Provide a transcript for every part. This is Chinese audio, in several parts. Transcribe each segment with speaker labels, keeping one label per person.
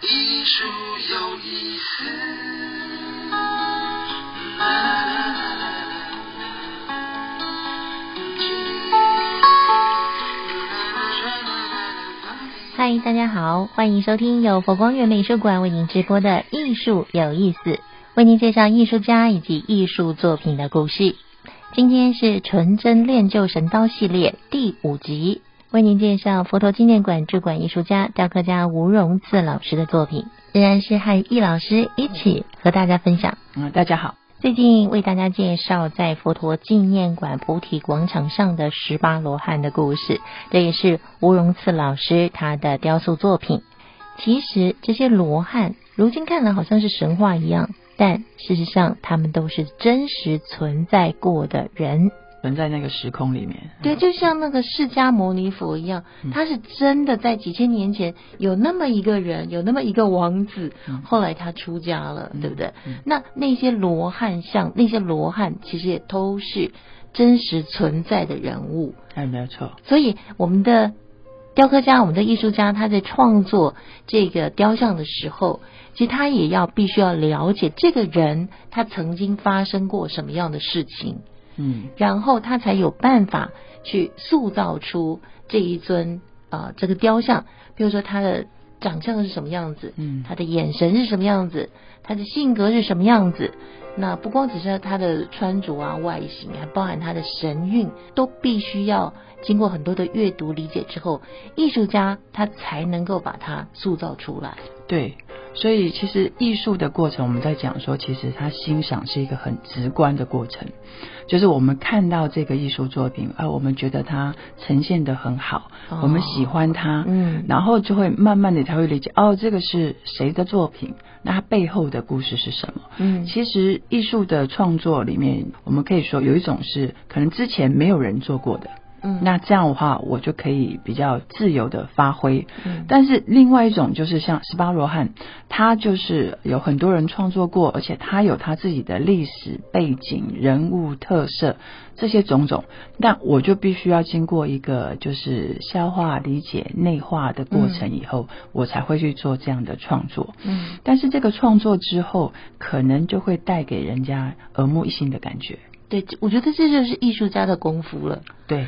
Speaker 1: 艺术有意思。
Speaker 2: 嗨，大家好，欢迎收听由佛光月美术馆为您直播的《艺术有意思》，为您介绍艺术家以及艺术作品的故事。今天是《纯真练就神刀》系列第五集，为您介绍佛陀纪念馆驻馆艺术家、雕刻家吴荣次老师的作品，仍然是和易老师一起和大家分享。
Speaker 3: 嗯，大家好。
Speaker 2: 最近为大家介绍在佛陀纪念馆菩提广场上的十八罗汉的故事，这也是吴荣次老师他的雕塑作品。其实这些罗汉如今看来好像是神话一样，但事实上他们都是真实存在过的人。
Speaker 3: 人在那个时空里面，嗯
Speaker 2: 对，就像那个释迦牟尼佛一样，他是真的在几千年前有那么一个人，有那么一个王子，
Speaker 3: 嗯
Speaker 2: 后来他出家了，对不对？那那些罗汉像，那些罗汉其实也都是真实存在的人物，
Speaker 3: 哎，没有错，
Speaker 2: 所以我们的雕刻家，我们的艺术家，他在创作这个雕像的时候，其实他也要必须要了解这个人他曾经发生过什么样的事情。
Speaker 3: 嗯，
Speaker 2: 然后他才有办法去塑造出这一尊呃这个雕像，比如说他的长相是什么样子，
Speaker 3: 嗯
Speaker 2: 他的眼神是什么样子，他的性格是什么样子。那不光只是他的穿着啊、外形，还包含他的神韵，都必须要经过很多的阅读理解之后，艺术家他才能够把它塑造出来。
Speaker 3: 对，所以其实艺术的过程，我们在讲说，其实它欣赏是一个很直观的过程，就是我们看到这个艺术作品，啊，我们觉得它呈现的很好，
Speaker 2: 哦
Speaker 3: 我们喜欢它，
Speaker 2: 嗯
Speaker 3: 然后就会慢慢的才会理解，哦，这个是谁的作品，那它背后的故事是什么？
Speaker 2: 嗯
Speaker 3: 其实艺术的创作里面，我们可以说有一种是可能之前没有人做过的，
Speaker 2: 嗯
Speaker 3: 那这样的话，我就可以比较自由的发挥。
Speaker 2: 嗯
Speaker 3: 但是另外一种就是像十八罗汉，他就是有很多人创作过，而且他有他自己的历史背景、人物特色这些种种。但我就必须要经过一个就是消化、理解、内化的过程以后，我才会去做这样的创作。
Speaker 2: 嗯
Speaker 3: 但是这个创作之后，可能就会带给人家耳目一新的感觉。
Speaker 2: 对，我觉得这就是艺术家的功夫 了。
Speaker 3: 对，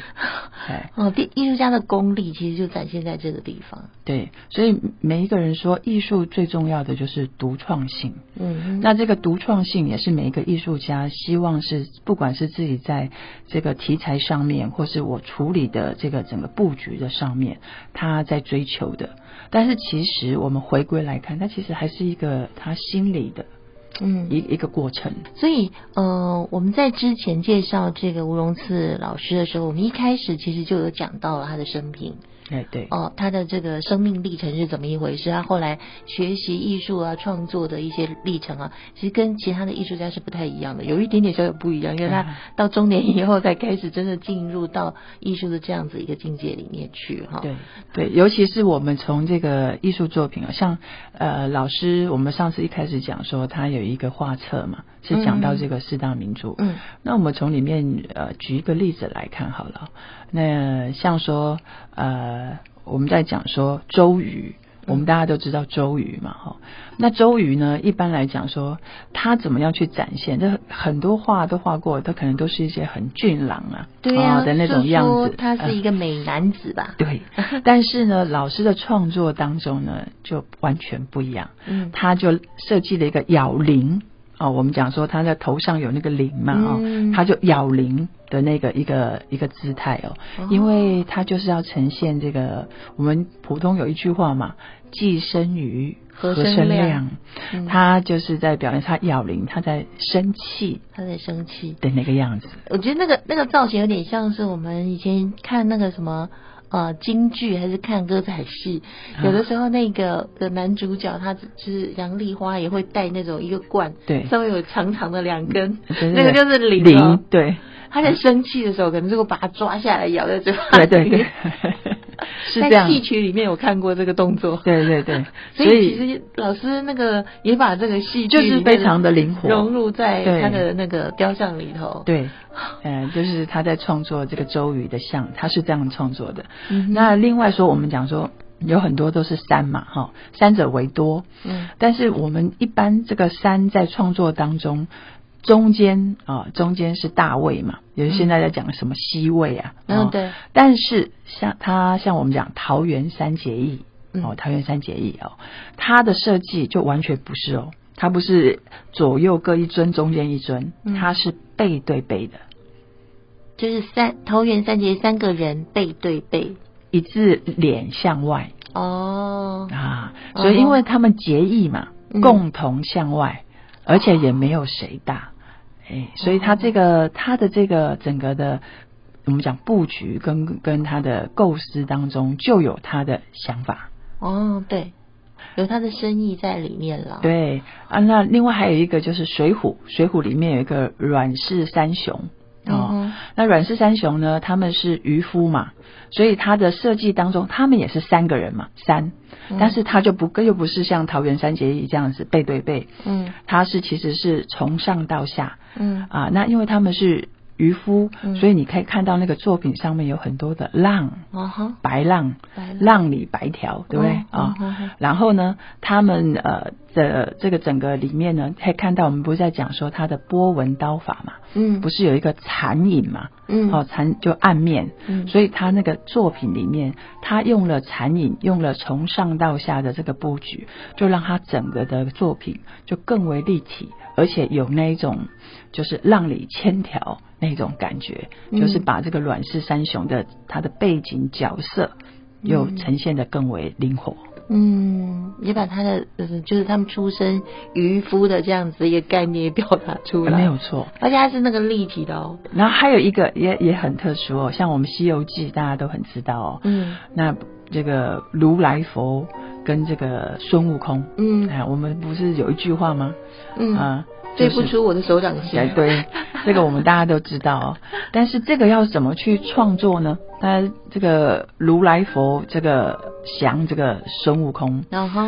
Speaker 3: 哎。
Speaker 2: 哦，对，艺术家的功力其实就展现在这个地方。
Speaker 3: 对，所以每一个人说，艺术最重要的就是独创性。
Speaker 2: 嗯
Speaker 3: 那这个独创性也是每一个艺术家希望是，不管是自己在这个题材上面，或是我处理的这个整个布局的上面，他在追求的。但是其实我们回归来看，它其实还是一个他心理的
Speaker 2: 嗯，
Speaker 3: 一一个过程。
Speaker 2: 所以呃，我们在之前介绍这个吴荣次老师的时候，我们一开始其实就有讲到了他的生平
Speaker 3: 哎，对，
Speaker 2: 哦、他的这个生命历程是怎么一回事，他后来学习艺术啊、创作的一些历程啊，其实跟其他的艺术家是不太一样的，有一点点小有不一样，因为他
Speaker 3: 嗯
Speaker 2: 到中年以后才开始真的进入到艺术的这样子一个境界里面去哈。
Speaker 3: 对对，尤其是我们从这个艺术作品啊，像呃老师，我们上次一开始讲说他有一个画册嘛，是讲到这个四大名著。
Speaker 2: 嗯
Speaker 3: 那我们从里面呃举一个例子来看好了，那像说呃我们在讲说周瑜。
Speaker 2: 嗯
Speaker 3: 我们大家都知道周瑜嘛，哈、那周瑜呢，一般来讲说他怎么样去展现，这很多画都画过，他可能都是一些很俊朗啊，
Speaker 2: 对呀、
Speaker 3: 哦的那种
Speaker 2: 就
Speaker 3: 样
Speaker 2: 说
Speaker 3: 子。
Speaker 2: 他
Speaker 3: 嗯
Speaker 2: 是一个美男子吧？
Speaker 3: 对，但是呢，老师的创作当中呢，就完全不一样。
Speaker 2: 嗯
Speaker 3: 他就设计了一个咬铃哦，我们讲说他在头上有那个铃嘛哦，
Speaker 2: 嗯
Speaker 3: 他就咬铃的那个一个一个姿态哦，
Speaker 2: 哦
Speaker 3: 因为他就是要呈现这个我们普通有一句话嘛，既生瑜。
Speaker 2: 何
Speaker 3: 何
Speaker 2: 生
Speaker 3: 生
Speaker 2: 亮
Speaker 3: 亮，
Speaker 2: 嗯
Speaker 3: 他就是在表现他咬铃，他在生气
Speaker 2: 他在生气。
Speaker 3: 的那个样子。
Speaker 2: 我觉得那个那个造型有点像是我们以前看那个什么呃京剧，还是看歌仔戏，
Speaker 3: 啊
Speaker 2: 有的时候那个的男主角他就是杨丽花也会戴那种一个冠，
Speaker 3: 对嗯
Speaker 2: 稍微有长长的两根，
Speaker 3: 对
Speaker 2: 那个就是铃、哦
Speaker 3: 铃，对，
Speaker 2: 他在生气的时候，可能如果把它抓下来咬在嘴巴
Speaker 3: 对
Speaker 2: 里，
Speaker 3: 对对，是
Speaker 4: 在
Speaker 3: 这样
Speaker 4: 戏曲里面有看过这个动作。
Speaker 3: 对对对，
Speaker 4: 所以其实老师那个也把这个戏剧
Speaker 3: 就是非常的灵活
Speaker 4: 融入在
Speaker 3: 对
Speaker 4: 他的那个雕像里头。
Speaker 3: 对， 呃，就是他在创作这个周瑜的像，他是这样创作的。
Speaker 4: 嗯哼
Speaker 3: 那另外说，我们讲说有很多都是山嘛，哈、山者为多。
Speaker 4: 嗯
Speaker 3: 但是我们一般这个山在创作当中，中间啊、中间是大卫嘛，也就是现在在讲什么西魏啊。
Speaker 4: 嗯
Speaker 3: 哦
Speaker 4: 对。
Speaker 3: 但是像他像我们讲桃园三结义，
Speaker 4: 嗯
Speaker 3: 哦，桃园三结义哦，它的设计就完全不是哦，它不是左右各一尊，中间一尊
Speaker 4: 嗯，
Speaker 3: 它是背对背的。
Speaker 2: 就是三桃园三结义三个人背对背
Speaker 3: 一致脸向外
Speaker 2: 哦，
Speaker 3: 啊，
Speaker 2: 哦
Speaker 3: 所以因为他们结义嘛，
Speaker 2: 嗯哦
Speaker 3: 共同向外，而且也没有谁大，哎，所以他这个
Speaker 2: 哦
Speaker 3: 他的这个整个的，我们讲布局跟跟他的构思当中就有他的想法，
Speaker 2: 哦，对，有他的深意在里面了。，
Speaker 3: 对啊，那另外还有一个就是《水浒》，《水浒》里面有一个阮氏三雄。哦，
Speaker 2: 嗯哼
Speaker 3: 那阮氏三雄呢？他们是渔夫嘛，所以他的设计当中，他们也是三个人嘛，三，
Speaker 2: 嗯
Speaker 3: 但是他就不又不是像桃园三结义这样子背对背，
Speaker 2: 嗯
Speaker 3: 他是其实是从上到下
Speaker 2: 嗯
Speaker 3: 啊。那因为他们是渔夫，
Speaker 2: 嗯
Speaker 3: 所以你可以看到那个作品上面有很多的浪，
Speaker 2: 哦哈，
Speaker 3: 白浪，
Speaker 2: 白浪
Speaker 3: 浪里白条，对不对
Speaker 2: 嗯
Speaker 3: 啊
Speaker 2: 嗯嗯嗯？
Speaker 3: 然后呢，他们呃的这个整个里面呢，可以看到我们不是在讲说他的波纹刀法嘛，
Speaker 2: 嗯
Speaker 3: 不是有一个残影嘛？
Speaker 2: 嗯
Speaker 3: 哦，残就暗面，
Speaker 2: 嗯
Speaker 3: 所以他那个作品里面，他用了残影，用了从上到下的这个布局，就让他整个的作品就更为立体，而且有那一种就是浪里千条那种感觉，
Speaker 2: 嗯
Speaker 3: 就是把这个阮氏三雄的他的背景角色又呈现的更为灵活。
Speaker 2: 嗯，也把他的呃，就是他们出身渔夫的这样子一个概念也表达出来。
Speaker 3: 没有，错，
Speaker 2: 而且他是那个立体的哦。
Speaker 3: 然后还有一个也也很特殊哦，像我们《西游记》大家都很知道哦，
Speaker 2: 嗯
Speaker 3: 那这个如来佛跟这个孙悟空，
Speaker 2: 嗯
Speaker 3: 哎，我们不是有一句话吗？
Speaker 2: 嗯，
Speaker 3: 啊，
Speaker 2: 对
Speaker 3: 就是
Speaker 2: 不出我的手掌心
Speaker 3: 哎。对，这个我们大家都知道哦。但是这个要怎么去创作呢？那这个如来佛这个降这个孙悟空，
Speaker 2: 然后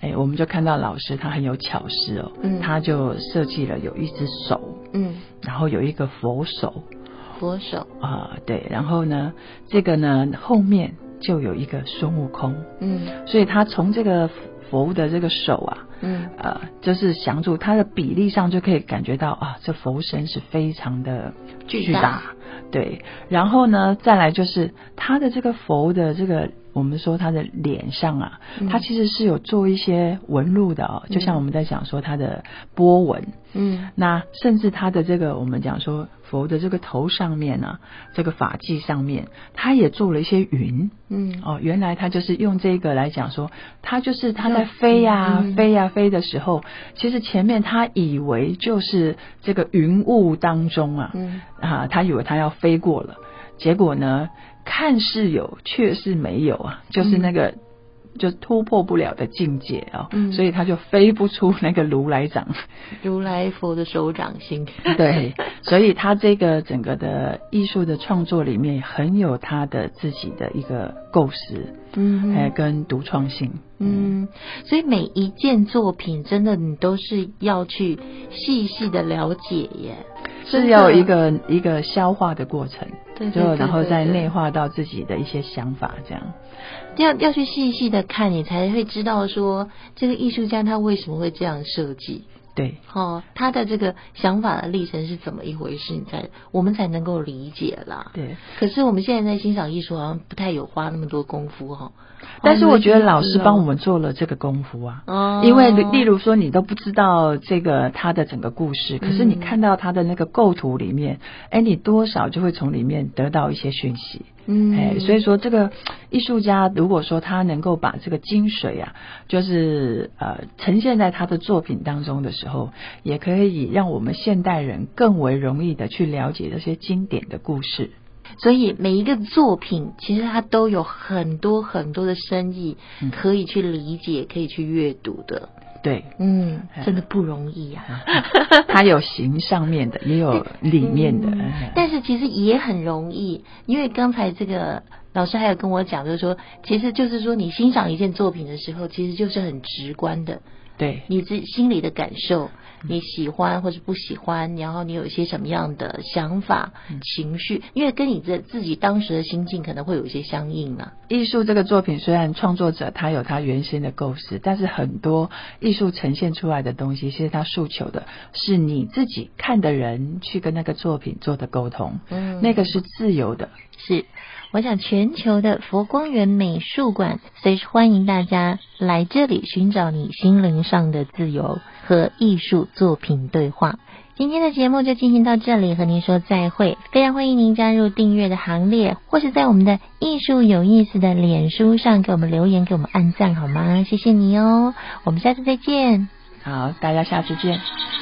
Speaker 3: 哎，我们就看到老师他很有巧思哦，
Speaker 2: 嗯
Speaker 3: 他就设计了有一只手，
Speaker 2: 嗯，
Speaker 3: 然后有一个佛手
Speaker 2: 佛手
Speaker 3: 啊、对，然后呢，这个呢后面就有一个孙悟空，
Speaker 2: 嗯
Speaker 3: 所以他从这个佛的这个手啊，
Speaker 2: 嗯
Speaker 3: 呃，就是降住它的比例上就可以感觉到啊，这佛身是非常的
Speaker 2: 巨
Speaker 3: 巨
Speaker 2: 大
Speaker 3: 大，对。然后呢，再来就是它的这个佛的这个，我们说它的脸上啊，
Speaker 2: 嗯
Speaker 3: 它其实是有做一些纹路的哦，就像我们在讲说它的波纹，
Speaker 2: 嗯
Speaker 3: 那甚至它的这个我们讲说佛的这个头上面呢、这个发髻上面，它也做了一些云，
Speaker 2: 嗯
Speaker 3: 哦，原来他就是用这个来讲说，他就是他在飞呀、
Speaker 2: 嗯
Speaker 3: 飞呀、飞的时候，其实前面他以为就是这个云雾当中啊，
Speaker 2: 嗯
Speaker 3: 啊，他以为他要飞过了，结果呢，看似有，却是没有啊，就是那个。就突破不了的境界啊、哦，
Speaker 2: 嗯
Speaker 3: 所以他就飞不出那个如 来掌。
Speaker 2: 如来佛的手掌心。
Speaker 3: 对，所以他这个整个的艺术的创作里面，很有他的自己的一个构思。
Speaker 2: 嗯
Speaker 3: 还有跟独创性。
Speaker 2: 嗯，所以每一件作品真的你都是要去细细的了解耶。
Speaker 3: 是要有一个一个消化的过程，
Speaker 2: 对对
Speaker 3: 就
Speaker 2: 对
Speaker 3: 然后
Speaker 2: 对
Speaker 3: 再
Speaker 2: 对
Speaker 3: 内化到自己的一些想法，这样。
Speaker 2: 要要去细细的看，你才会知道说这个艺术家他为什么会这样设计，
Speaker 3: 对，
Speaker 2: 哦，他的这个想法的历程是怎么一回事，你才我们才能够理解啦。
Speaker 3: 对。
Speaker 2: 可是我们现在在欣赏艺术，好像不太有花那么多功夫哈、哦。
Speaker 3: 但是我觉得
Speaker 2: 哦
Speaker 3: 老师帮我，们做了这个功夫啊。
Speaker 2: 哦、
Speaker 3: 因为例如说，你都不知道这个他的整个故事，可是你
Speaker 2: 嗯
Speaker 3: 看到他的那个构图里面，哎、你多少就会从里面得到一些讯息。
Speaker 2: 嗯，
Speaker 3: 哎，所以说这个艺术家如果说他能够把这个精髓啊，就是呃呈现在他的作品当中的时候，也可以让我们现代人更为容易的去了解这些经典的故事。
Speaker 2: 所以每一个作品其实它都嗯有很多很多的深意，可以去理解，可以去阅读的。
Speaker 3: 对，
Speaker 2: 嗯
Speaker 3: 哎，
Speaker 2: 真的不容易啊。
Speaker 3: 它有形上面的，也有里面的。
Speaker 2: 嗯
Speaker 3: 哎
Speaker 2: 但是其实也很容易，因为刚才这个老师还有跟我讲，就是说，其实就是说，你欣赏一件作品的时候，其实就是很直观的，
Speaker 3: 对
Speaker 2: 你自心里的感受，你喜欢或者不喜欢，然后你有一些什么样的想法、情绪，因为跟你这自己当时的心境可能会有一些相应啊。
Speaker 3: 艺术这个作品，虽然创作者他有他原先的构思，但是很多艺术呈现出来的东西，其实他诉求的是你自己看的人去跟那个作品做的沟通，
Speaker 2: 嗯
Speaker 3: 那个是自由的。
Speaker 2: 是，我想全球的佛光园美术馆随时欢迎大家来这里寻找你心灵上的自由和艺术作品对话。今天的节目就进行到这里，和您说再会。非常欢迎您加入订阅的行列，或是在我们的艺术有意思的脸书上给我们留言，给我们按赞好吗？谢谢你哦，我们下次再见。
Speaker 3: 好，大家下次见。
Speaker 1: 一